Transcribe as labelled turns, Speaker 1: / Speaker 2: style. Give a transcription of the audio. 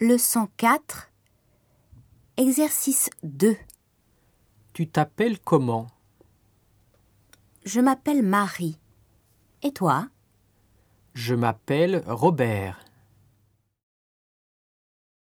Speaker 1: Leçon 4. Exercice 2.
Speaker 2: Tu t'appelles comment
Speaker 1: Je m'appelle Marie. Et toi
Speaker 2: Je m'appelle Robert.